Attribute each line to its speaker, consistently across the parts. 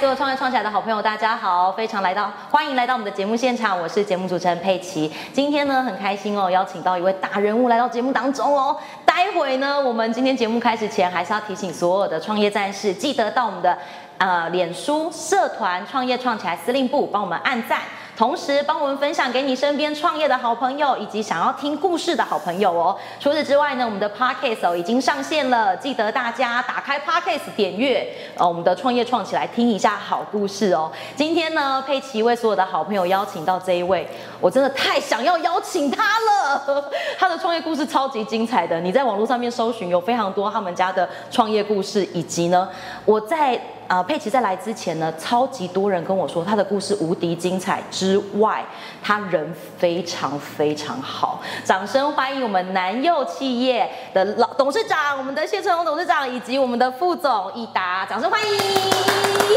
Speaker 1: 所有创业创起来的好朋友，大家好，非常来到欢迎来到我们的节目现场，我是节目主持人佩奇。今天呢很开心哦，邀请到一位大人物来到节目当中哦。待会呢，我们今天节目开始前，还是要提醒所有的创业战士，记得到我们的呃脸书社团“创业创起来”司令部帮我们按赞。同时帮我们分享给你身边创业的好朋友，以及想要听故事的好朋友哦。除此之外呢，我们的 podcast 哦已经上线了，记得大家打开 podcast 点阅哦，我们的创业创起来听一下好故事哦。今天呢，佩奇为所有的好朋友邀请到这一位，我真的太想要邀请他了， 他的创业故事超级精彩的，你在网络上面搜寻有非常多他们家的创业故事，以及呢，我在。啊、呃，佩奇在来之前呢，超级多人跟我说他的故事无敌精彩之外，他人非常非常好。掌声欢迎我们南佑企业的老董事长，我们的谢成龙董事长，以及我们的副总益达，掌声欢迎。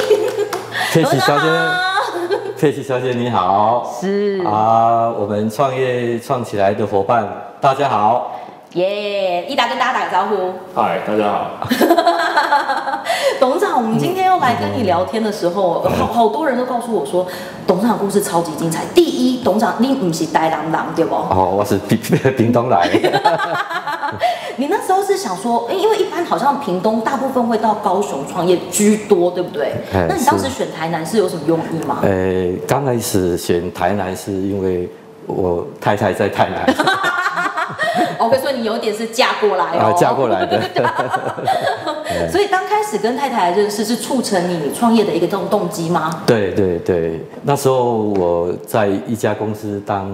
Speaker 2: 佩奇小姐，佩奇小姐你好，
Speaker 1: 是
Speaker 2: 啊，我们创业创起来的伙伴，大家好。
Speaker 1: 耶！益达跟大家打个招呼。
Speaker 3: 嗨，大家好。
Speaker 1: 董事长，我们今天要来跟你聊天的时候，
Speaker 2: 嗯
Speaker 1: 好好多人都告诉我说，董事长故事超级精彩。第一，董事长你不是呆郎郎对不？
Speaker 2: 哦，我是屏屏东来 的，
Speaker 1: 你那时候是想说，诶因为一般好像屏东大部分会到高雄创业居多，对不对？
Speaker 2: 哎
Speaker 1: 那你当时
Speaker 2: 是
Speaker 1: 选台南是有什么用意吗？
Speaker 2: 呃，刚开始选台南是因为我太太在台南
Speaker 1: 我哦可以说你有一点是嫁过来
Speaker 2: 啊
Speaker 1: 哦，
Speaker 2: 嫁过来的，
Speaker 1: 所以当开始跟太太认识，是促成你创业的一个动动机 吗？
Speaker 2: 对对对，那时候我在一家公司当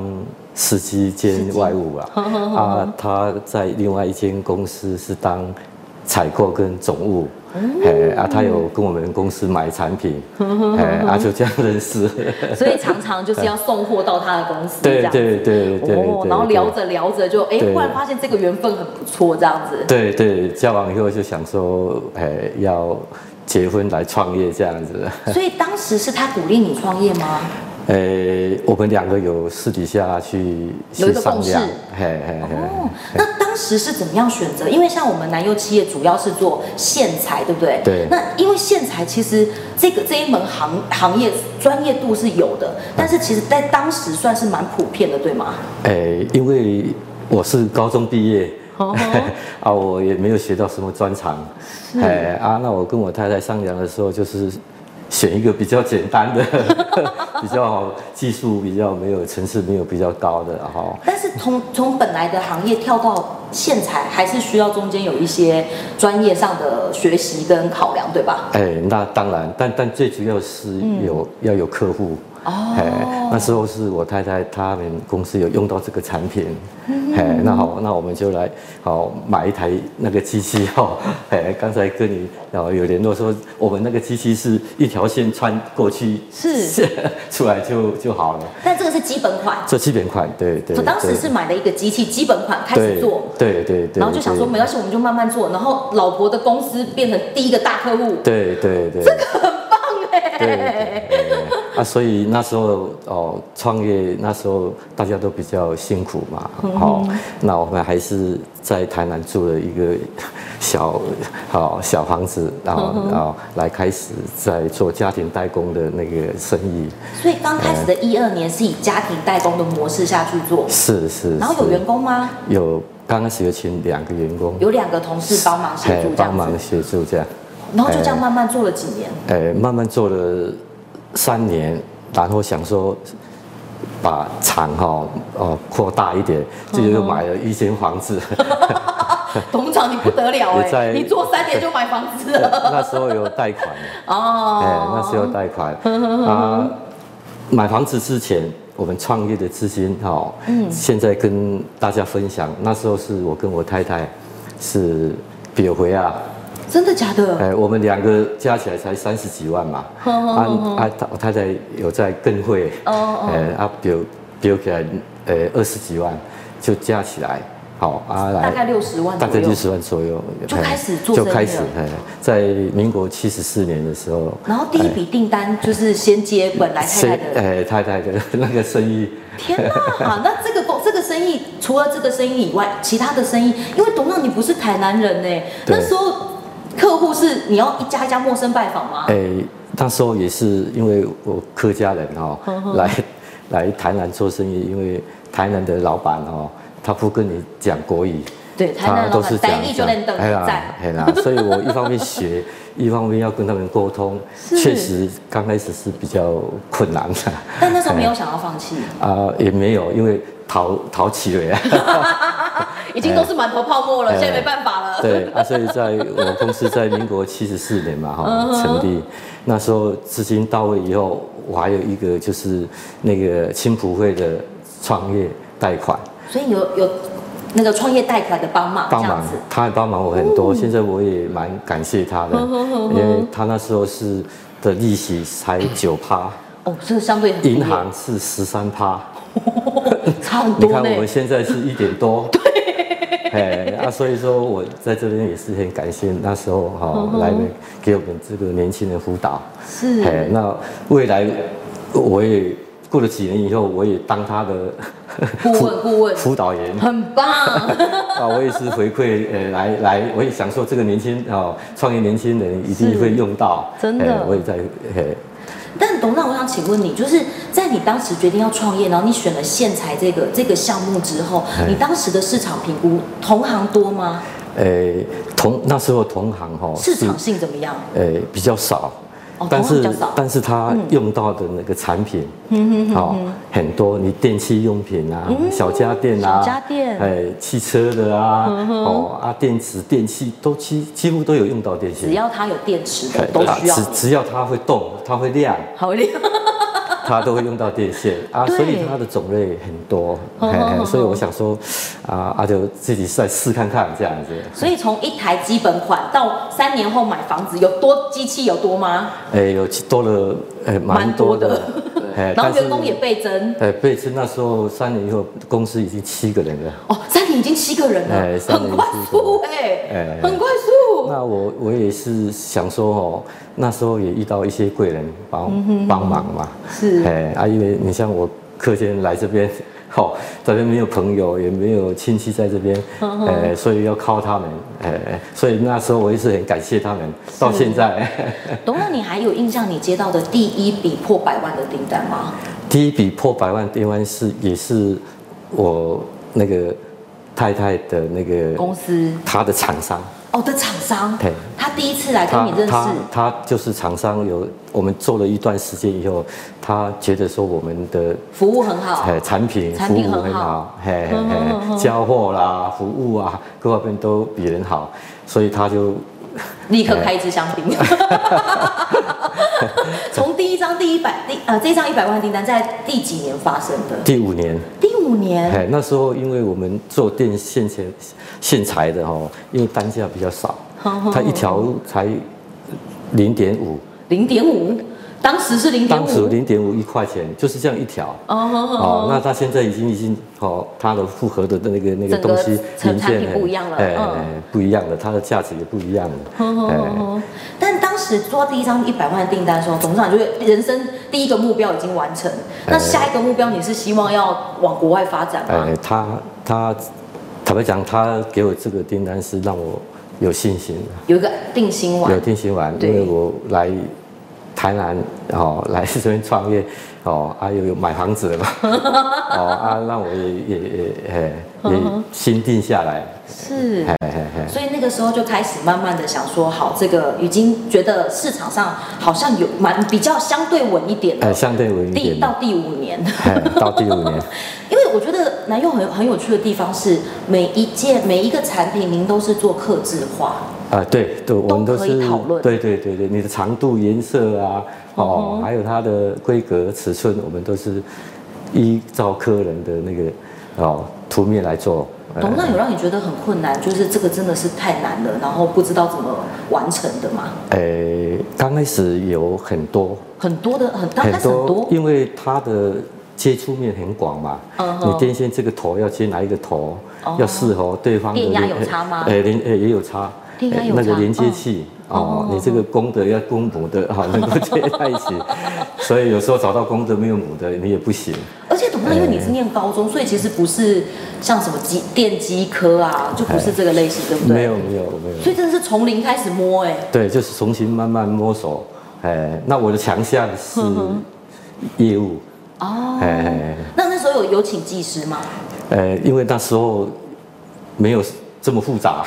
Speaker 2: 司机兼外 务啊，
Speaker 1: 哦
Speaker 2: 啊，他在另外一间公司是当采购跟总务，
Speaker 1: 哦
Speaker 2: 哎啊，他有跟我们公司买产 品，哎啊，就这样认识，
Speaker 1: 所以常常就是要送货到他的公司，这
Speaker 2: 对
Speaker 1: 样子。
Speaker 2: 对对对
Speaker 1: 哦，
Speaker 2: 对，
Speaker 1: 然后聊着聊着就哎，
Speaker 2: 对
Speaker 1: 忽然发现这个缘分很不错，这样子。
Speaker 2: 对，对对，交往以后就想说，哎，要结婚来创业这样子。
Speaker 1: 所以当时是他鼓励你创业吗？
Speaker 2: 诶，我们两个有私底下去
Speaker 1: 有一
Speaker 2: 去
Speaker 1: 个
Speaker 2: 商
Speaker 1: 共识
Speaker 2: 量，嘿嘿嘿，
Speaker 1: 哦，那当时是怎么样选择？因为像我们南优企业主要是做线材，对不对？
Speaker 2: 对
Speaker 1: 那因为线材其实这个这一门行行业专业度是有的，但是其实在当时算是蛮普遍的，对吗？
Speaker 2: 诶，因为我是高中毕业， 啊，我也没有学到什么专长，哎啊，那我跟我太太商量的时候，就是选一个比较简单的， 比较好技术比较没有层次没有比较高的哈。
Speaker 1: 但是从从本来的行业跳到线材，还是需要中间有一些专业上的学习跟考量，对吧？
Speaker 2: 哎，那当然，但但最主要是有、要有客户。
Speaker 1: 嗯哦
Speaker 2: 哎，那时候是我太太他们公司有用到这个产品，
Speaker 1: 嗯
Speaker 2: 哎，那好，那我们就来好买一台那个机器哈、哦，哎，刚才跟你然后有联络说，我们那个机器是一条线穿过去，
Speaker 1: 是
Speaker 2: 出来就就好了，
Speaker 1: 但这个是基本款，
Speaker 2: 这基本款，对对。
Speaker 1: 我当时
Speaker 2: 对
Speaker 1: 是买了一个机器，基本款开始做。
Speaker 2: 对对对对，
Speaker 1: 然后就想说
Speaker 2: 对
Speaker 1: 没关系，我们就慢慢做。然后老婆的公司变成第一个大客户，
Speaker 2: 对对对，这个很棒
Speaker 1: 欸
Speaker 2: 哎。对对对啊，所以那时候哦，创业那时候大家都比较辛苦嘛，
Speaker 1: 嗯
Speaker 2: 好、那我们还是在台南住了一个小好、小房子，然后
Speaker 1: 嗯
Speaker 2: 然后来开始在做家庭代工的那个生意，
Speaker 1: 所以刚开始的一二年是以家庭代工的模式下去做，
Speaker 2: 是是，
Speaker 1: 然后有
Speaker 2: 是
Speaker 1: 员工吗？
Speaker 2: 有刚开始有请两个员工，
Speaker 1: 有两个同事帮忙协
Speaker 2: 哎
Speaker 1: 助这
Speaker 2: 帮
Speaker 1: 样
Speaker 2: 忙
Speaker 1: 子，
Speaker 2: 协助这样。
Speaker 1: 然后就这样慢慢做了几年。
Speaker 2: 呃，慢慢做了三年，然后想说把厂哈哦呃扩大一点，这就又买了一间房子。
Speaker 1: 董事长你不得了
Speaker 2: 也在
Speaker 1: 哎，你做三年就买房子了
Speaker 2: 那时候有贷款，哎、那
Speaker 1: 哦。
Speaker 2: 时候有贷款啊。买房子之前，我们创业的资金哈、哦，现在跟大家分享，那时候是我跟我太太是比尔回啊。
Speaker 1: 真的假的？
Speaker 2: 哎，我们两个加起来才三十几万嘛，啊啊，他太太有在更会，
Speaker 1: 哦哦
Speaker 2: 哎啊，比如比如起来，呃，二十几万就加起来，好啊，
Speaker 1: 大概
Speaker 2: 来
Speaker 1: 六十万
Speaker 2: 大
Speaker 1: 左
Speaker 2: 概
Speaker 1: 右
Speaker 2: 六。十万左右，
Speaker 1: 就
Speaker 2: 哎
Speaker 1: 开始做
Speaker 2: 就
Speaker 1: 生意
Speaker 2: 开始
Speaker 1: 了，
Speaker 2: 哎，在民国七十四年的时候，
Speaker 1: 然后第一笔订单就是先接本来太太的。
Speaker 2: 哎太太的 那个生意，
Speaker 1: 天 呐，那这个工这个生意，除了这个生意以外，其他的生意，因为董事长你不是台南人呢，
Speaker 2: 对
Speaker 1: 那时候客户是你要一家一家陌生拜访吗？
Speaker 2: 哎，那时候也是因为我客家人哦，来来台南做生意，因为台南的老板哦，他不跟你讲国语，
Speaker 1: 对，台南
Speaker 2: 他
Speaker 1: 老
Speaker 2: 都
Speaker 1: 板
Speaker 2: 是
Speaker 1: 单
Speaker 2: 讲
Speaker 1: 一就能等
Speaker 2: 哎
Speaker 1: 你
Speaker 2: 呀
Speaker 1: 在，，
Speaker 2: 哎呀，所以我一方 面学，一方面要跟他们沟通，
Speaker 1: 是
Speaker 2: 确实刚开始是比较困难 的。
Speaker 1: 但那时候没有想要放弃，
Speaker 2: 啊、也没有，因为淘淘起了呀。
Speaker 1: 已经都是满头泡沫了，
Speaker 2: 哎
Speaker 1: 现在没办法了。
Speaker 2: 对啊，所以在我公司在民国七十四年嘛，哈、
Speaker 1: 嗯
Speaker 2: 成立，那时候资金到位以后，我还有一个就是那个青浦会的创业贷款
Speaker 1: 所以有有那个创业贷款的帮忙，
Speaker 2: 帮
Speaker 1: 这
Speaker 2: 忙
Speaker 1: 样子，哦
Speaker 2: 他也帮忙我很多，现在我也蛮感谢他的，因为他那时候是的利息才九趴，
Speaker 1: 哦，这个相对很低耶
Speaker 2: 银行是十三趴。
Speaker 1: 差很
Speaker 2: 你
Speaker 1: 多
Speaker 2: 看
Speaker 1: 呢
Speaker 2: 我。们现在是一点 多，对，哎啊，所以说我在这边也是很感谢那时候哈、来的给我们这个年轻人辅导，
Speaker 1: 是，
Speaker 2: 哎，那未来我也过了几年以后，我也当他的
Speaker 1: 顾问顾问
Speaker 2: 辅导员
Speaker 1: 很棒。
Speaker 2: 啊，我也是回馈呃来来，我也想说这个年轻哦创业年轻人一定会用到，
Speaker 1: 是真的
Speaker 2: 哎我也在哎。
Speaker 1: 但董事长，我想请问你，就是在你当时决定要创业，然后你选了线材这个这个项目之后，
Speaker 2: 嗯
Speaker 1: 你当时的市场评估，同行多吗？
Speaker 2: 诶，呃同那时候同行哈、
Speaker 1: 市场性怎么样？
Speaker 2: 呃比较少
Speaker 1: 哦，
Speaker 2: 但
Speaker 1: 同行
Speaker 2: 是
Speaker 1: 比较少嗯
Speaker 2: 但是它用到的那个产品，哦很多，你电器用品啊，小家电啊，
Speaker 1: 嗯小家电嗯
Speaker 2: 哎，汽车的啊，哦啊，电子电器都几几乎都有用到电
Speaker 1: 只
Speaker 2: 器，
Speaker 1: 要它有电池的
Speaker 2: 哎
Speaker 1: 都需要
Speaker 2: 只
Speaker 1: 你，
Speaker 2: 只要它会动，它会亮，
Speaker 1: 好厉害。
Speaker 2: 它都会用到电线啊，
Speaker 1: 对哦
Speaker 2: 所以它的种类很多，
Speaker 1: 哼
Speaker 2: 嘿
Speaker 1: 哼
Speaker 2: 嘿
Speaker 1: 哼
Speaker 2: 所以我想说，啊啊就自己再试看看这样子，
Speaker 1: 所以从一台基本款到三年后买房子，有多机器有多吗？
Speaker 2: 哎，有多了，哎，蛮
Speaker 1: 蛮多
Speaker 2: 多
Speaker 1: 的
Speaker 2: 的，哎
Speaker 1: 然
Speaker 2: 但
Speaker 1: 后
Speaker 2: 是
Speaker 1: 员工也倍增。
Speaker 2: 哎，贝斯那时候三年以后，公司已经七个人了。
Speaker 1: 哦，三年已经七个人了，
Speaker 2: 哎三
Speaker 1: 很
Speaker 2: 年
Speaker 1: 快速哎、
Speaker 2: 哎
Speaker 1: 很快速。
Speaker 2: 那我我也是想说哦，那时候也遇到一些贵人帮、
Speaker 1: 嗯
Speaker 2: 帮忙嘛。
Speaker 1: 是
Speaker 2: 哎啊，因为你像我客先来这边，哦，这边没有朋友，也没有亲戚在这边，
Speaker 1: 嗯
Speaker 2: 哎，所以要靠他们，哎，所以那时候我也是很感谢他们，到现在
Speaker 1: 董总，你还有印象你接到的第一笔破百万的订单吗？
Speaker 2: 第一笔破百万订单是也是我那个太太的那个
Speaker 1: 公司
Speaker 2: 她的厂商。
Speaker 1: 哦的厂商
Speaker 2: 对，
Speaker 1: 他第一次来跟
Speaker 2: 他
Speaker 1: 你认识
Speaker 2: 他，他就是厂商有我们做了一段时间以后，他觉得说我们的
Speaker 1: 服务很好，
Speaker 2: 呃产品
Speaker 1: 哦产
Speaker 2: 服
Speaker 1: 品
Speaker 2: 务
Speaker 1: 很
Speaker 2: 很
Speaker 1: 好嗯
Speaker 2: 好，嘿嘿嘿，交货啦、服务啊各方面都比人好，所以他就
Speaker 1: 立刻开一支香槟。 从第一张第一百第呃这张一百万订单在第几年发生的？
Speaker 2: 第五年，
Speaker 1: 第五年，
Speaker 2: 嘿，那时候因为我们做电线材线材的哦，因为单价比较少，它一条才零点五，
Speaker 1: 零点五，当时是零点
Speaker 2: 当时
Speaker 1: 五，
Speaker 2: 零点五一块钱就是这样一条。
Speaker 1: 哦吼吼
Speaker 2: 哦，那它现在已经已经哦，它的复合的那个那个
Speaker 1: 整个
Speaker 2: 东西
Speaker 1: 成产品不一样了
Speaker 2: 哎、
Speaker 1: 嗯
Speaker 2: 哎不一样了，它的价值也不一样了。哎
Speaker 1: 哦，但当时做到第一张一百万的订单的时候，董事长觉得人生第一个目标已经完成，那下一个目标你是希望要往国外发展吗？
Speaker 2: 哎，他他坦白讲，他给我这个订单是让我有信心的，
Speaker 1: 有一个定心丸
Speaker 2: 有，定心丸，
Speaker 1: 对
Speaker 2: 因为我来台南哦，来这边创业哦，啊又有买房子 了嘛，哦啊，让我也也也哎也
Speaker 1: 嗯
Speaker 2: 心定下来，
Speaker 1: 是。
Speaker 2: 哎哎哎，
Speaker 1: 所以那个时候就开始慢慢的想说，好，这个已经觉得市场上好像有蛮比较相对稳一点
Speaker 2: 哎
Speaker 1: 了。
Speaker 2: 相对稳一
Speaker 1: 第
Speaker 2: 点
Speaker 1: 到
Speaker 2: 的，
Speaker 1: 第五年，
Speaker 2: 哎到第五年。
Speaker 1: 因为我觉得南柚很很有趣的地方是，每一件每一个产品您都是做客制化，
Speaker 2: 啊，对对，我们都
Speaker 1: 可以
Speaker 2: 是
Speaker 1: 讨论嗯
Speaker 2: 对对对对，你的长度、颜色啊，哦，还有它的规格、尺寸，我们都是依照客人的那个哦图面来做。呃
Speaker 1: 董事长有让你觉得很困难，就是这个真的是太难了，然后不知道怎么完成的嘛？
Speaker 2: 呃，刚开始有很多
Speaker 1: 很多的很，刚开始很多，
Speaker 2: 因为它的接触面很广嘛。
Speaker 1: 嗯哼
Speaker 2: 你电线这个头要接哪一个头，
Speaker 1: 哦
Speaker 2: 要适合对方的
Speaker 1: 电压
Speaker 2: 连
Speaker 1: 有差吗
Speaker 2: 哎，连哎也有差。
Speaker 1: 电压
Speaker 2: 哎
Speaker 1: 有
Speaker 2: 那个
Speaker 1: 差
Speaker 2: 连接
Speaker 1: 嗯
Speaker 2: 器
Speaker 1: 哦
Speaker 2: 哦，你这个公的要公母的哈， 能够接在一起。所以有时候找到公的没有母的，你也不行。
Speaker 1: 而且董事长因为你是念高中，所以其实不是像什么机电机科啊，就
Speaker 2: 哎
Speaker 1: 不是这个类型，对不对？
Speaker 2: 没有没有没有。
Speaker 1: 所以真的是从零开始摸哎、
Speaker 2: 对，就是重新慢慢摸索。哎，那我的强项是
Speaker 1: 嗯
Speaker 2: 业务，
Speaker 1: 哦，
Speaker 2: 哎，
Speaker 1: 那那时候有有请技师吗？
Speaker 2: 呃，因为那时候没有这么 复杂，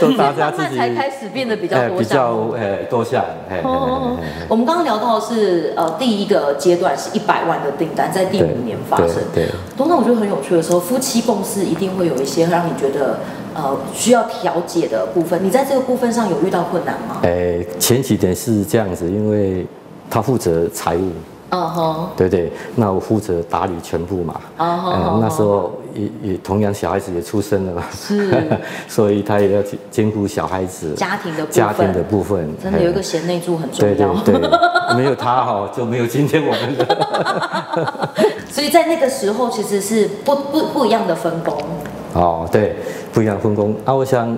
Speaker 2: 都大家
Speaker 1: 慢
Speaker 2: 自
Speaker 1: 慢
Speaker 2: 己
Speaker 1: 才开始变得比较
Speaker 2: 哎
Speaker 1: 多
Speaker 2: 比较
Speaker 1: 项目。
Speaker 2: 哎多项，哎，
Speaker 1: 哦，我们刚刚聊到的是呃第一个阶段是一百万的订单，在第
Speaker 2: 对
Speaker 1: 五年发生。
Speaker 2: 对，对
Speaker 1: 通常我觉得很有趣的时候，夫妻共事一定会有一些让你觉得呃需要调解的部分。你在这个部分上有遇到困难吗？
Speaker 2: 哎，前几点是这样子，因为他负责财务，
Speaker 1: 嗯哼，
Speaker 2: 对不对？那我负责打理全部嘛。
Speaker 1: 哦好好
Speaker 2: 呃
Speaker 1: 好
Speaker 2: 那时候也也同样小孩子也出生了嘛，
Speaker 1: 是
Speaker 2: 所以他也要兼兼顾小孩子
Speaker 1: 家庭的部分
Speaker 2: 家 庭的部分。
Speaker 1: 真的有一个
Speaker 2: 哎
Speaker 1: 贤内助很重
Speaker 2: 对
Speaker 1: 要。
Speaker 2: 对对，没有他哈、就没有今天我们的。
Speaker 1: 所以在那个时候其实是不不不一样的分工。
Speaker 2: 哦，对，不一样分工。啊，我想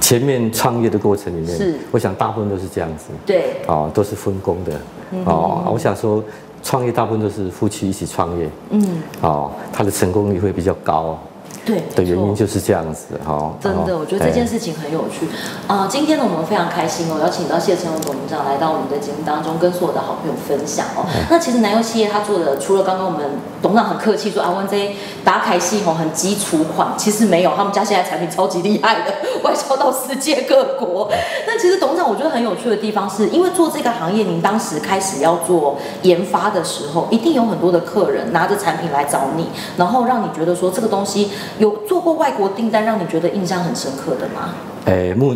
Speaker 2: 前面创业的过程里
Speaker 1: 是
Speaker 2: 面，我想大部分都是这样子。
Speaker 1: 对，
Speaker 2: 哦，都是分工的。
Speaker 1: 嗯
Speaker 2: 哦，我想说，创业大部分都是夫妻一起创业。
Speaker 1: 嗯，
Speaker 2: 哦，他的成功率会比较高
Speaker 1: 对
Speaker 2: 的原
Speaker 1: 没
Speaker 2: 因
Speaker 1: 错
Speaker 2: 就是这样子哈。哦
Speaker 1: 真的，我觉得这件。事情很有趣。呃，今天呢，我们非常开心哦，邀请到谢成勇董事长来到我们的节目当中，跟所有的好朋友分享哦。那其实南优企业它做的，除了刚刚我们董事长很客气说啊，问这打凯西吼很基础款，其实没有，他们家现在产品超级厉害的， 外销到世界各国。 那其实董事长，我觉得很有趣的地方是，因为做这个行业，您当时开始要做研发的时候，一定有很多的客人拿着产品来找你，然后让你觉得说这个东西有做过外国订单，让你觉得印象很深刻的吗？
Speaker 2: 哎，目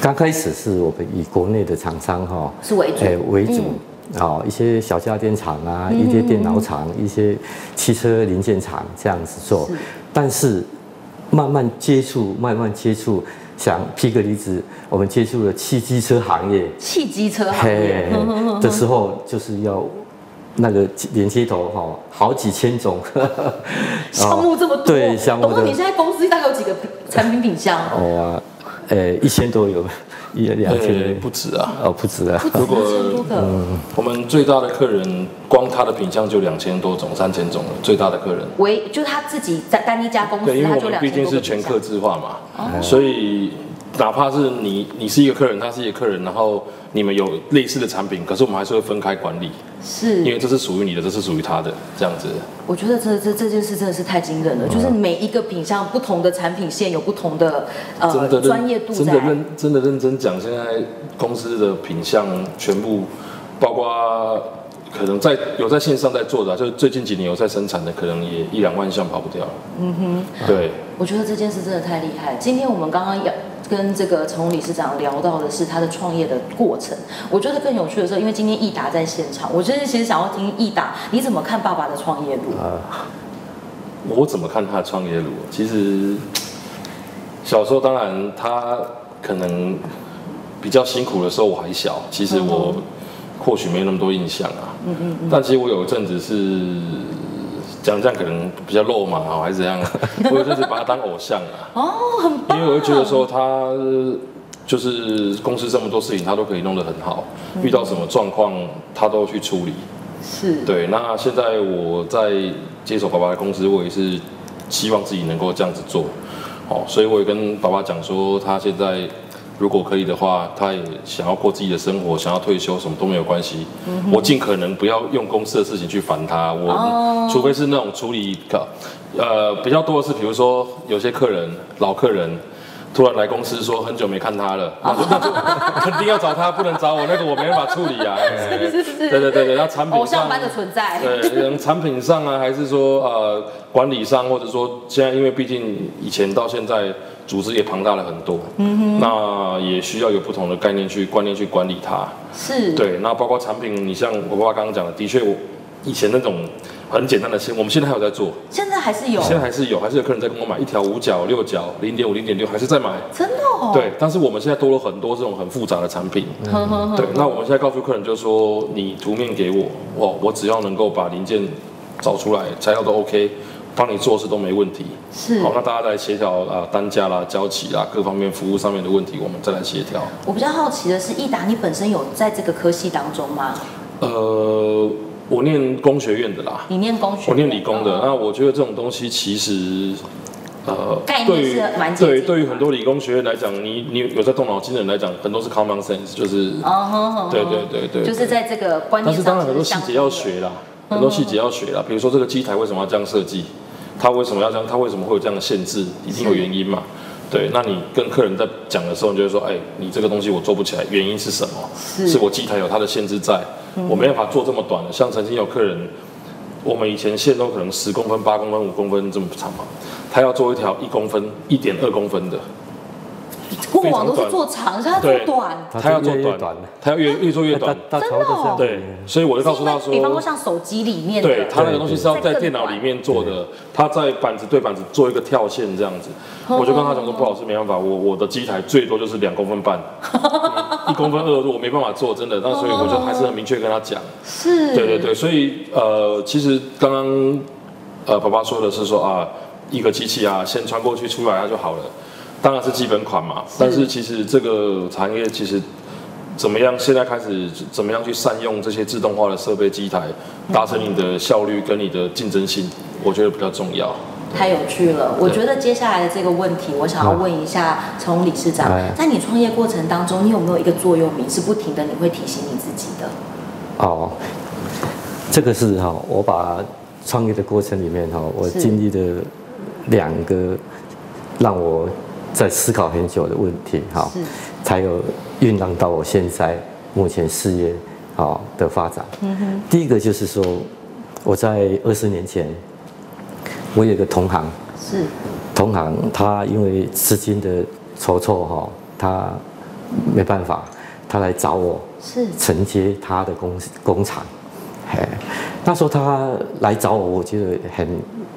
Speaker 2: 刚开始是我们以国内的厂商哈，
Speaker 1: 是为主
Speaker 2: 哎为主。
Speaker 1: 嗯
Speaker 2: 哦，一些小家电厂啊，一些电脑厂，一些汽车零件厂这样子做
Speaker 1: 是，
Speaker 2: 但是慢慢接触，慢慢接触，想劈个例子，我们接触了汽机车行业，
Speaker 1: 汽机车行业嗯
Speaker 2: 嘿，的时候，就是要那个连接头哈、好几千 种哦
Speaker 1: 项目这么多，
Speaker 3: 哦
Speaker 2: 对项目
Speaker 1: 董事长
Speaker 2: 的
Speaker 1: 你现在公司大概有几个产品品项？
Speaker 2: 哦，呃，一千多有，一两
Speaker 3: 呃，
Speaker 2: 千
Speaker 3: 不止啊，
Speaker 2: 哦，不止啊，
Speaker 3: 如果嗯
Speaker 1: 一千多个，
Speaker 3: 我们最大的客人，光他的品相就两千多种、三千种了，最大的客人。
Speaker 1: 为就是他自己在单一家公司，
Speaker 3: 对，因
Speaker 1: 他
Speaker 3: 为
Speaker 1: 就
Speaker 3: 我们
Speaker 1: 两
Speaker 3: 毕
Speaker 1: 千
Speaker 3: 竟
Speaker 1: 多
Speaker 3: 是
Speaker 1: 个
Speaker 3: 全
Speaker 1: 品哦
Speaker 3: 客
Speaker 1: 项。
Speaker 3: 制化嘛，所以哪怕是你你是一个客人，他是一个客人，然后你们有类似的产品，可是我们还是会分开管理，
Speaker 1: 是
Speaker 3: 因为这是属于你的，这是属于他的，这样子。
Speaker 1: 我觉得这这这件事真的是太惊
Speaker 3: 嗯
Speaker 1: 人了，就是每一个品项不同的产品线有不同的
Speaker 3: 真
Speaker 1: 呃
Speaker 3: 的认
Speaker 1: 专业度
Speaker 3: 真
Speaker 1: 在
Speaker 3: 的。认真的认真讲，现在公司的品相全部，包括可能在有在线上在做的啊、就是最近几年有在生产的，可能也一两万项跑不掉。嗯哼，对，
Speaker 1: 我觉得这件事真的太厉害。今天我们刚刚要跟这个陈宏理事长聊到的是他的创业的过程。我觉得更有趣的是，因为今天益达在现场，我真的其实想要听益达你怎么看爸爸的创业
Speaker 3: 啊
Speaker 1: 路？
Speaker 3: 我怎么看他的创业路？其实小时候当然他可能比较辛苦的时候我还小，其实我或许没那么多印象啊。嗯嗯但其实我有一阵子是讲这样可能比较肉麻啊，还是怎 样？我有一阵子把他当偶像啊，
Speaker 1: 哦，很棒。
Speaker 3: 因为我会觉得说他呃就是公司这么多事情他都可以弄得很好，遇到什么状况他都去处理。
Speaker 1: 是
Speaker 3: 对，那现在我在接手爸爸的公司，我也是希望自己能够这样子做，哦，所以我也跟爸爸讲说，他现在如果可以的话，他也想要过自己的生活，想要退休什么都没有关系，
Speaker 1: 嗯
Speaker 3: 我尽可能不要用公司的事情去烦他，我、
Speaker 1: 哦
Speaker 3: 除非是那种处理个呃比较多的是，比如说有些客人老客人。突然来公司说很久没看他了，那就 那就肯定要找他，不能找我，那个我没办法处理啊。
Speaker 1: 是是是
Speaker 3: 对对对对，那产品上
Speaker 1: 偶像般的存在。
Speaker 3: 对，可能产品上啊，还是说呃管理上，或者说现在，因为毕竟以前到现在，组织也庞大了很多，嗯哼，那也需要有不同的概念去观念去管理它。
Speaker 1: 是，
Speaker 3: 对，那包括产品，你像我爸爸刚刚讲的，的确我以前那种很简单的线，我们现在还有在做，
Speaker 1: 现在还是有，
Speaker 3: 现在还是有，还是有客人在跟我买一条五角、六角、零点五、零点六，还是在买。
Speaker 1: 真的哦。
Speaker 3: 对，但是我们现在多了很多这种很复杂的产品，
Speaker 1: 呵呵呵，
Speaker 3: 对，那我们现在告诉客人就是说，你图面给我，我我只要能够把零件找出来，材料都 OK，帮你做事都没问题。
Speaker 1: 是。
Speaker 3: 好，那大家来协调啊，单价啦、交期啦，各方面服务上面的问题，我们再来协调。
Speaker 1: 我比较好奇的是，益达你本身有在这个科系当中吗？
Speaker 3: 呃，我念工学院的啦，
Speaker 1: 你念工学，
Speaker 3: 我念理工的，那我觉得这种东西其实，呃
Speaker 1: 概，念
Speaker 3: 对
Speaker 1: 是
Speaker 3: 于
Speaker 1: 蛮接近
Speaker 3: 对
Speaker 1: 的
Speaker 3: 对于很多理工学院来讲，你你有在动脑筋的人来讲，很多是 common sense，就是
Speaker 1: 哦，
Speaker 3: 对对对对，
Speaker 1: 就是在这个观
Speaker 3: 但
Speaker 1: 念
Speaker 3: 是
Speaker 1: 上，
Speaker 3: 当然很多细节要学啦，
Speaker 1: 嗯
Speaker 3: 很多细节要学啦。比如说这个机台为什么要这样设计，它为什么要这样，它为什么会有这样的限制，一定有原因嘛。对，那你跟客人在讲的时候，你就会说，哎，你这个东西我做不起来，原因是什么？
Speaker 1: 是嗯
Speaker 3: 我机台有它的限制在，我没办法做这么短的。像曾经有客人，我们以前线都可能十公分、八公分、五公分这么长嘛，他要做一条一公分、一点二公分的，
Speaker 1: 过往都是做长，所以它做
Speaker 3: 对
Speaker 1: 短，
Speaker 2: 它
Speaker 3: 他要
Speaker 2: 就
Speaker 3: 做
Speaker 2: 越来越
Speaker 3: 短
Speaker 2: 短了，嗯
Speaker 3: 他要越越做越 短。
Speaker 2: 大
Speaker 1: 真
Speaker 2: 潮都
Speaker 1: 的哦
Speaker 2: 是这
Speaker 3: 对
Speaker 2: 样子，
Speaker 3: 所以我就告诉他
Speaker 1: 是因为比方说像手机里面的，
Speaker 3: 对，它那个东西是要在
Speaker 1: 在
Speaker 3: 电脑里面做的，它在板子对板子做一个跳线这样子。
Speaker 1: 哦
Speaker 3: 我就跟他讲说，不好意思，没办法，我我的机台最多就是两公分半，嗯一公分二，我没办法做，真的。那所以我就还是很明确跟他讲，
Speaker 1: 是，
Speaker 3: 对对对，所以呃，其实刚刚呃，爸爸说的是说啊，一个机器啊，先穿过去出来它就好了，当然是基本款嘛。但是其实这个产业其实怎么样，现在开始怎么样去善用这些自动化的设备机台，达成你的效率跟你的竞争性，我觉得比较重要。
Speaker 1: 太有趣了！我觉得接下来的这个问题，我想要问一下，从理事长
Speaker 3: 嗯
Speaker 2: 哎，
Speaker 1: 在你创业过程当中，你有没有一个座右铭是不停的你会提醒你自己的？
Speaker 2: 哦，这个是哈、我把创业的过程里面哈、我
Speaker 1: 是
Speaker 2: 经历的两个让我在思考很久的问题哈、
Speaker 1: 是
Speaker 2: 才有酝酿到我现在目前事业好、的发展。
Speaker 1: 嗯
Speaker 2: 第一个就是说，我在二十年前，我有一个同行，
Speaker 1: 是
Speaker 2: 同行他因为资金的筹措哈，他没办法，他来找我，
Speaker 1: 是
Speaker 2: 承接他的工工厂。嘿，那时候他来找我，我觉得很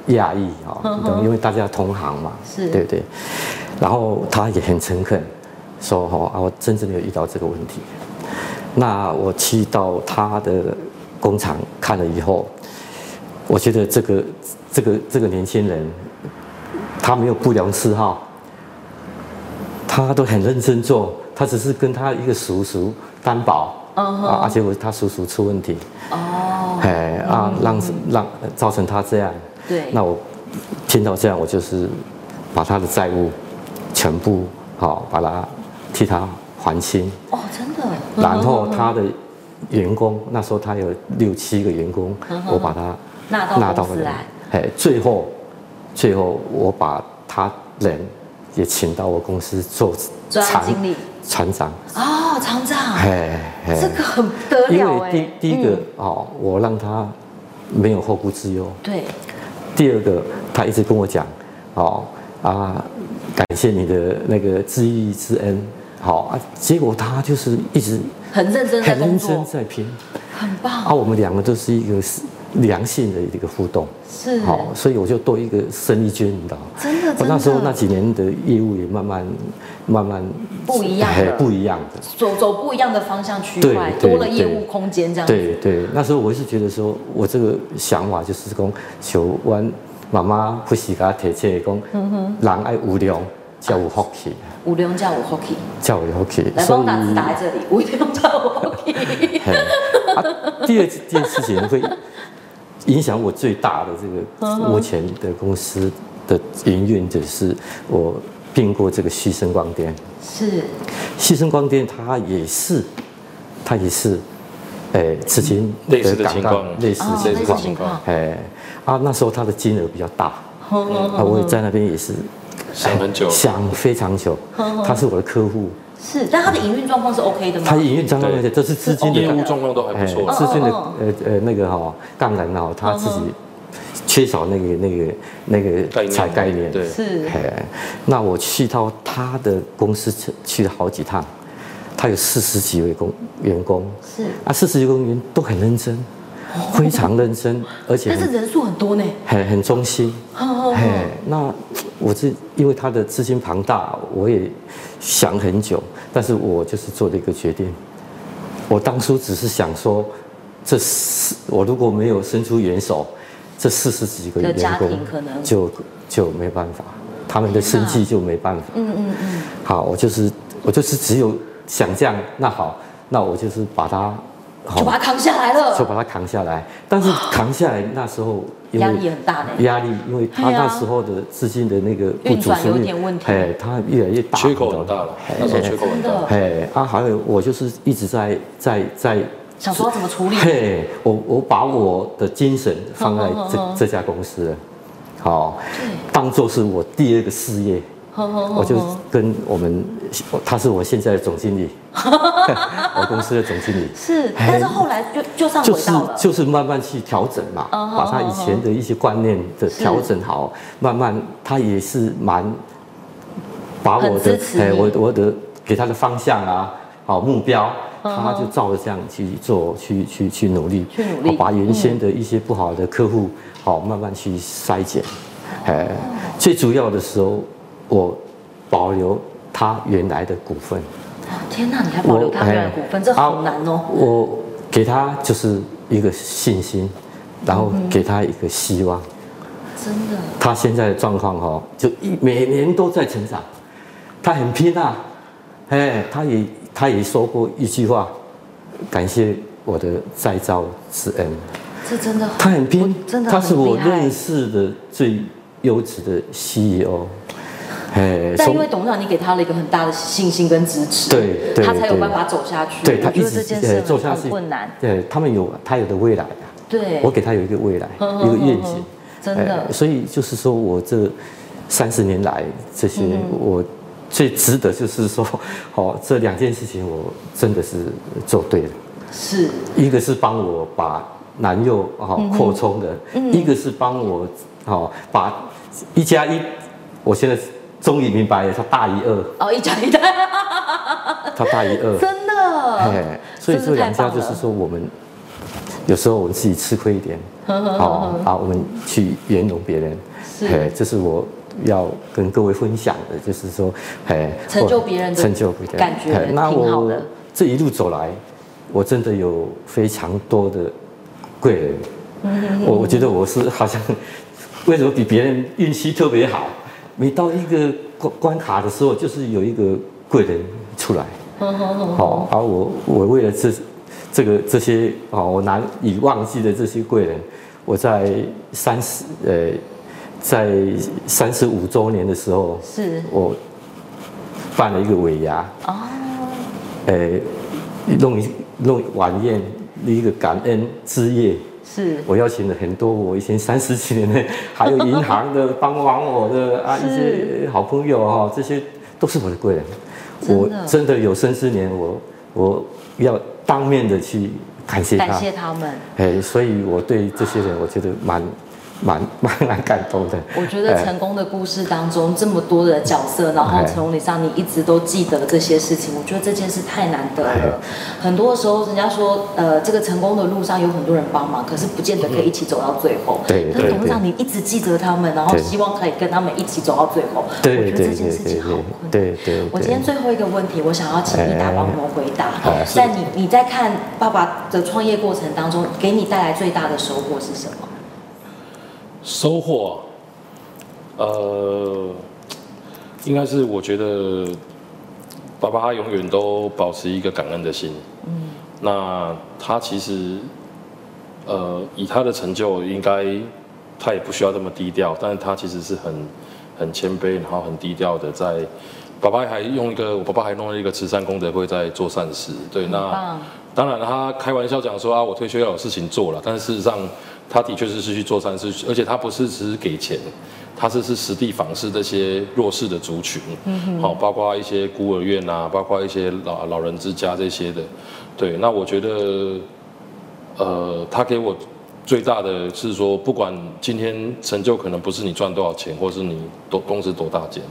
Speaker 2: 讶异啊，你懂因为大家同行嘛，
Speaker 1: 是
Speaker 2: 对不对？然后他也很诚恳，说哈啊，我真正的有遇到这个问题。那我去到他的工厂看了以后，我觉得这个这个这个年轻人，他没有不良嗜好，他都很认真做，他只是跟他一个叔叔担保，
Speaker 1: 嗯哼
Speaker 2: 啊，而且我他叔叔出问题，
Speaker 1: 哦，
Speaker 2: 哎啊，让让造成他这样，
Speaker 1: 对，
Speaker 2: 那我听到这样，我就是把他的债务全部好、把它替他还清，
Speaker 1: 哦，真的，
Speaker 2: 然后他的员工那时候他有六七个员工
Speaker 1: 嗯，哼
Speaker 2: 我把他
Speaker 1: 纳到
Speaker 2: 纳到
Speaker 1: 公司
Speaker 2: 人
Speaker 1: 来，
Speaker 2: 哎，最后最后我把他人也请到我公司做
Speaker 1: 嗯专案经理
Speaker 2: 船长，
Speaker 1: 哦，厂长，
Speaker 3: 哎
Speaker 2: 嘿，嘿
Speaker 1: 这个很不得
Speaker 2: 因
Speaker 1: 了
Speaker 2: 为
Speaker 1: 哎，
Speaker 2: 第第一个
Speaker 1: 嗯
Speaker 2: 哦，我让他没有后顾之忧，
Speaker 1: 对，
Speaker 2: 第二个，他一直跟我讲，哦啊，感谢你的那个知遇之恩，好、啊，结果他就是一直
Speaker 1: 很认真在
Speaker 2: 很
Speaker 1: 工
Speaker 2: 认真
Speaker 1: 作，
Speaker 2: 在拼，
Speaker 1: 很棒，
Speaker 2: 啊，我们两个都是一个良性的一个互动，
Speaker 1: 是，
Speaker 2: 好、所以我就多一个生力军引导。
Speaker 1: 真的，
Speaker 2: 我
Speaker 1: 真
Speaker 2: 那时候那
Speaker 1: 的，
Speaker 2: 几年的业务也慢慢慢慢
Speaker 1: 不一样了
Speaker 2: 嘿不一样的。
Speaker 1: 走走不一样的方向区
Speaker 2: 对
Speaker 1: 块，
Speaker 2: 对
Speaker 1: 多了业务
Speaker 2: 对
Speaker 1: 空间这样子，
Speaker 2: 对对，那时候我是觉得说，我这个想法就是讲，求阮妈妈不是给他提切讲，人爱有量才有福气，
Speaker 1: 五六加五 hockey。
Speaker 2: 才有福气。
Speaker 1: 来
Speaker 2: 所
Speaker 1: 帮我
Speaker 2: 以，
Speaker 1: 打字打在这里，我一定要叫我 OK。
Speaker 2: 嘿啊，第二件事情会影响我最大的这
Speaker 1: 嗯
Speaker 2: 个目前的公司的营运，就是我并过这个旭升光电。
Speaker 1: 是
Speaker 2: 西升光电它也是，它也是，诶、资金
Speaker 3: 类似的
Speaker 2: 港
Speaker 3: 情
Speaker 2: 杠
Speaker 3: 况
Speaker 2: 类似
Speaker 1: 哦
Speaker 2: 的
Speaker 1: 类似
Speaker 2: 情况，
Speaker 1: 情况
Speaker 2: 诶、啊，那时候它的金额比较大，
Speaker 1: 哦
Speaker 2: 啊，我也在那边也是
Speaker 3: 想很久了，
Speaker 2: 想非常久，
Speaker 1: 哦
Speaker 2: 他是我的客户，
Speaker 1: 是，但他的营运状况是 OK 的吗？
Speaker 2: 他营运账面的这是资金的
Speaker 3: 业
Speaker 2: 杠
Speaker 3: 务状况哦都还不错
Speaker 2: 哎
Speaker 1: 哦，
Speaker 2: 资金的
Speaker 1: 哦
Speaker 2: 呃呃那个哈、杠杆哈，他自己缺少那个那个那
Speaker 3: 概
Speaker 2: 个
Speaker 3: 念
Speaker 2: 财概念，
Speaker 3: 对
Speaker 1: 是
Speaker 2: 哎，那我去到他的公司去去了好几趟，他有四十几位工员工，
Speaker 1: 是，
Speaker 2: 啊，四十几位工员都很认真，非常认真，而且
Speaker 1: 哦但是
Speaker 2: 很
Speaker 1: 人数很多呢。
Speaker 2: 很很忠心。
Speaker 1: 哦
Speaker 2: 哎，那我是因为他的资金庞大，我也想很久，但是我就是做了一个决定。我当初只是想说，这四我如果没有伸出援手，这四十几个
Speaker 1: 的家
Speaker 2: 员
Speaker 1: 庭
Speaker 2: 工
Speaker 1: 可能
Speaker 2: 就就没办法，他们的生计就没办法。
Speaker 1: 嗯嗯嗯，
Speaker 2: 好，我就是我就是只有想这样，那好，那我就是把它好
Speaker 1: 就把它扛下来了
Speaker 2: 就，把它扛下来。但是扛下来那时候因为
Speaker 1: 压力很大呢。
Speaker 2: 压力，因为他
Speaker 1: 对啊
Speaker 2: 那时候的资金的那个不
Speaker 1: 运
Speaker 2: 足
Speaker 1: 转
Speaker 2: 是
Speaker 1: 有
Speaker 2: 率
Speaker 1: 点问题
Speaker 2: 哎，他越来越大，
Speaker 3: 缺口很大了，那时候缺口很
Speaker 1: 真
Speaker 3: 大
Speaker 1: 的。
Speaker 2: 嘿，哎啊，还有我就是一直在在在
Speaker 1: 想说要怎么处理
Speaker 2: 嘿，我我把我的精神放在
Speaker 1: 哼哼哼哼
Speaker 2: 这这家公司了，好，当做是我第二个事业。
Speaker 1: 哼哼哼
Speaker 2: 我就跟我们，他是我现在的总 经理，我公司的总经理，
Speaker 1: 是，
Speaker 2: 哎
Speaker 1: 但是后来就就上
Speaker 2: 就
Speaker 1: 轨
Speaker 2: 是
Speaker 1: 道了，
Speaker 2: 就是慢慢去调整嘛，
Speaker 1: 嗯哼
Speaker 2: 把他以前的一些观念的
Speaker 1: 是
Speaker 2: 调整好，慢慢他也是蛮把我
Speaker 1: 很支
Speaker 2: 的哎
Speaker 1: 持你
Speaker 2: 我我的给他的方向啊，好目标，
Speaker 1: 嗯哼
Speaker 2: 他就照着这样去做，去去去努力，
Speaker 1: 去努力嗯
Speaker 2: 好把原先的一些不好的客户，好慢慢去筛
Speaker 1: 哦
Speaker 2: 减，哎，最主要的时候我保留他原来的股份。
Speaker 1: 天哪，你还保留他原来的股份，这好难
Speaker 2: 哎啊
Speaker 1: 哦。
Speaker 2: 我给他就是一个信心，然后
Speaker 1: 嗯
Speaker 2: 给他一个希望。
Speaker 1: 真的，
Speaker 2: 他现在的状况哈，就一每年都在成长，他很拼啊，哎，他也他也说过一句话，感谢我的再造之恩。
Speaker 1: 这真的，
Speaker 2: 他很拼
Speaker 1: 我，真的
Speaker 2: 他是
Speaker 1: 很厉
Speaker 2: 我
Speaker 1: 害
Speaker 2: 认识的最优质的 CEO。哎
Speaker 1: 但因为董事长，你给他了一个很大的信心跟支持，
Speaker 2: 对对
Speaker 1: 他才有
Speaker 2: 对
Speaker 1: 办法走下去。
Speaker 2: 对他
Speaker 1: 我觉
Speaker 2: 一
Speaker 1: 得
Speaker 2: 直
Speaker 1: 这件
Speaker 2: 呃
Speaker 1: 事
Speaker 2: 做
Speaker 1: 很
Speaker 2: 下去
Speaker 1: 很困难。
Speaker 2: 对他们有他有的未来啊。
Speaker 1: 对，
Speaker 2: 我给他有一个未来，
Speaker 1: 呵呵
Speaker 2: 一个愿
Speaker 1: 呵呵
Speaker 2: 景，
Speaker 1: 嗯
Speaker 2: 哎
Speaker 1: 真的
Speaker 2: 呃所以就是说我这三十年来这些，
Speaker 1: 嗯
Speaker 2: 我最值得就是说， 哦，这两件事情我真的是做对了，
Speaker 1: 是
Speaker 2: 一个是帮我把南柚哦
Speaker 1: 嗯
Speaker 2: 扩充的，一个是帮我哦把一加一，我现在终于明白了，它大于二，
Speaker 1: 哦，一加一代，，
Speaker 2: 它大于二
Speaker 1: 真的
Speaker 2: 哎，，所以
Speaker 1: 真
Speaker 2: 这
Speaker 1: 是太
Speaker 2: 两家
Speaker 1: 棒
Speaker 2: 就是
Speaker 1: 了
Speaker 2: 说，我们有时候我们自己吃亏一点，好啊，我们去圆融别人，
Speaker 1: 是
Speaker 2: 哎，这是我要跟各位分享的，就是说，哎，
Speaker 1: 成
Speaker 2: 我
Speaker 1: 就别人的
Speaker 2: 成就别人
Speaker 1: 感觉
Speaker 2: 哎那
Speaker 1: 挺好
Speaker 2: 我
Speaker 1: 的
Speaker 2: 这一路走来，我真的有非常多的贵人，我我觉得我是好像为什么比别人运气特别好，每到一个关关卡的时候，就是有一个贵人出来。
Speaker 1: 嗯哼哼哼
Speaker 2: 好、而、我我为了这这个这些哦，我难以忘记的这些贵人，我在三十呃，在三十五周年的时候，
Speaker 1: 是
Speaker 2: 我办了一个尾牙，
Speaker 1: 哦，
Speaker 2: 呃，弄一弄晚宴，一个感恩之夜。
Speaker 1: 是
Speaker 2: 我邀请了很多我以前三十几年的，还有银行的帮忙我的啊，
Speaker 1: 是
Speaker 2: 一些好朋友哦，这些都是我的贵人。
Speaker 1: 真的
Speaker 2: 我真的有生之年，我我要当面的去感谢
Speaker 1: 感
Speaker 2: 他。
Speaker 1: 谢他们。
Speaker 2: 哎，所以我对这些人，我觉得蛮蛮蛮蛮感动的。
Speaker 1: 我觉得
Speaker 2: 哎
Speaker 1: 成功的故事当中，这么多的角色，然后
Speaker 2: 哎
Speaker 1: 从你上你一直都记得这些事情，我觉得这件事太难得了。
Speaker 2: 哎
Speaker 1: 很多时候，人家说，呃，这个成功的路上有很多人帮忙，可是不见得可以一起走到最后。
Speaker 2: 对
Speaker 1: 可是
Speaker 2: 对
Speaker 1: 董事长，
Speaker 2: 对
Speaker 1: 你一直记得他们，然后
Speaker 2: 对
Speaker 1: 希望可以跟他们一起走到最后。我
Speaker 2: 对
Speaker 1: 觉得
Speaker 2: 对
Speaker 1: 这
Speaker 2: 对
Speaker 1: 件事情好困难。
Speaker 2: 对对对。
Speaker 1: 我今天最后一个问题，我想要请你打帮我回答。
Speaker 3: 哎
Speaker 1: 在你你在看爸爸的创业过程当中，给你带来最大的收获是什么？
Speaker 3: 收获啊，呃，应该是我觉得爸爸他永远都保持一个感恩的心。嗯，那他其实呃，以他的成就，应该他也不需要这么低调，但是他其实是很很谦卑，然后很低调的在。爸爸还用一个，我爸爸还弄了一个慈善功德会，在做善事。对，那
Speaker 1: 很棒
Speaker 3: 当然，他开玩笑讲说啊，我退休要有事情做了，但是事实上，他的确是是去做善事，而且他不是只是给钱，他是是实地访视这些弱势的族群，好、包括一些孤儿院啊，包括一些老老人之家这些的，对，那我觉得，呃，他给我最大的是说，不管今天成就可能不是你赚多少钱，或是你多公司多大间，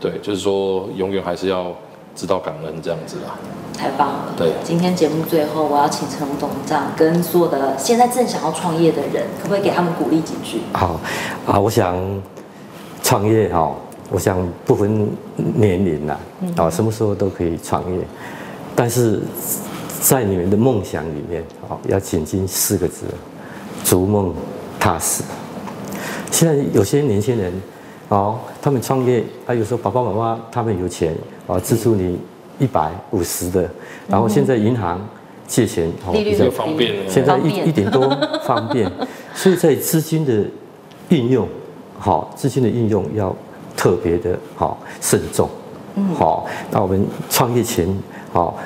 Speaker 3: 对，就是说永远还是要知道感恩这样子啦。
Speaker 1: 太棒了！
Speaker 3: 对
Speaker 1: 今天节目最后，我要请陈董事长跟所有的现在正想要创业的人，可不可以给他们鼓励几句？
Speaker 2: 好啊，我想创业哈、我想不分年龄啦，
Speaker 1: 嗯
Speaker 2: 啊、什么时候都可以创业，但是在你们的梦想里面，哦，要谨记四个字：逐梦踏实。现在有些年轻人，哦，他们创业，啊，有时候爸爸妈哦妈他们有钱，啊，资助你一百五十的，然后现在银行借钱哦
Speaker 1: 嗯利率很
Speaker 2: 比较
Speaker 1: 低
Speaker 3: 就方便了
Speaker 2: 现在
Speaker 1: 方便
Speaker 2: 一一点多方 便，所以在资金的运用，好、资金的运用要特别的好、慎重，
Speaker 1: 嗯
Speaker 2: 好、那我们创业前好、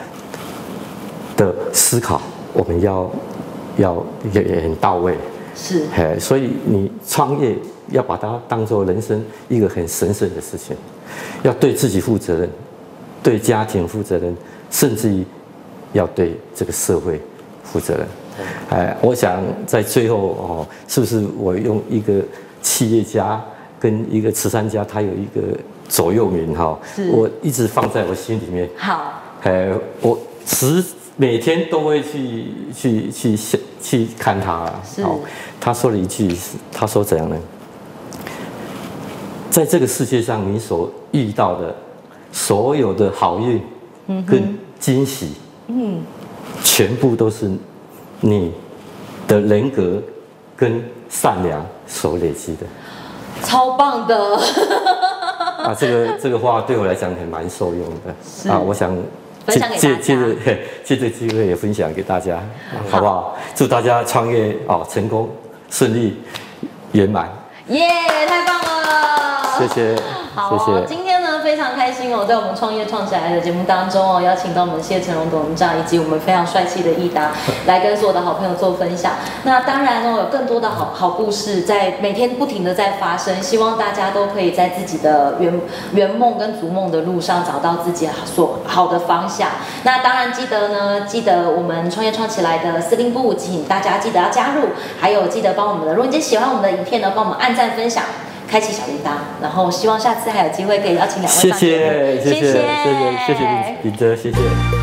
Speaker 2: 的思考，我们要要也也很到位，
Speaker 1: 是
Speaker 2: 嘿，所以你创业要把它当做人生一个很神圣的事情，要对自己负责任，对家庭负责任，甚至于要对这个社会负责任。
Speaker 1: 嗯
Speaker 2: 哎，我想在最后哦，是不是我用一个企业家跟一个慈善家，他有一个左右铭哈、
Speaker 1: 是
Speaker 2: 我一直放在我心里面。
Speaker 1: 好，
Speaker 2: 呃，我时每天都会去去去想去看他啊。
Speaker 1: 是
Speaker 2: 他说了一句，他说怎样呢？在这个世界上，你所遇到的所有的好运跟惊喜，嗯，全部都是你的人格跟善良所累积的。
Speaker 1: 超棒的，
Speaker 2: 啊，这个这个话对我来讲也蛮受用
Speaker 1: 是
Speaker 2: 的啊，我想
Speaker 1: 分享给
Speaker 2: 借
Speaker 1: 大家
Speaker 2: 借着嘿 借这机会也分享给大家，啊好不好？祝大家创业哦成功顺利圆满，
Speaker 1: 耶、太棒了，
Speaker 2: 谢谢，
Speaker 1: 好、哦，
Speaker 2: 谢谢，
Speaker 1: 今天呢非常开心哦，在我们创业创起来的节目当中哦，邀请到我们谢成荣董事长以及我们非常帅气的益达来跟所有的好朋友做分享。那当然哦，有更多的好好故事在每天不停的在发生，希望大家都可以在自己的圆圆梦跟逐梦的路上找到自己所好的方向。那当然记得呢，记得我们创业创起来的司令部，请大家记得要加入，还有记得帮我们的，如果你今天喜欢我们的影片呢，帮我们按赞分享。开启小铃铛，然后希望下次还有机会可以邀请两位
Speaker 2: 谢
Speaker 1: 上节目
Speaker 2: 谢谢谢谢谢谢谢谢
Speaker 1: 谢
Speaker 2: 林林哲，谢谢。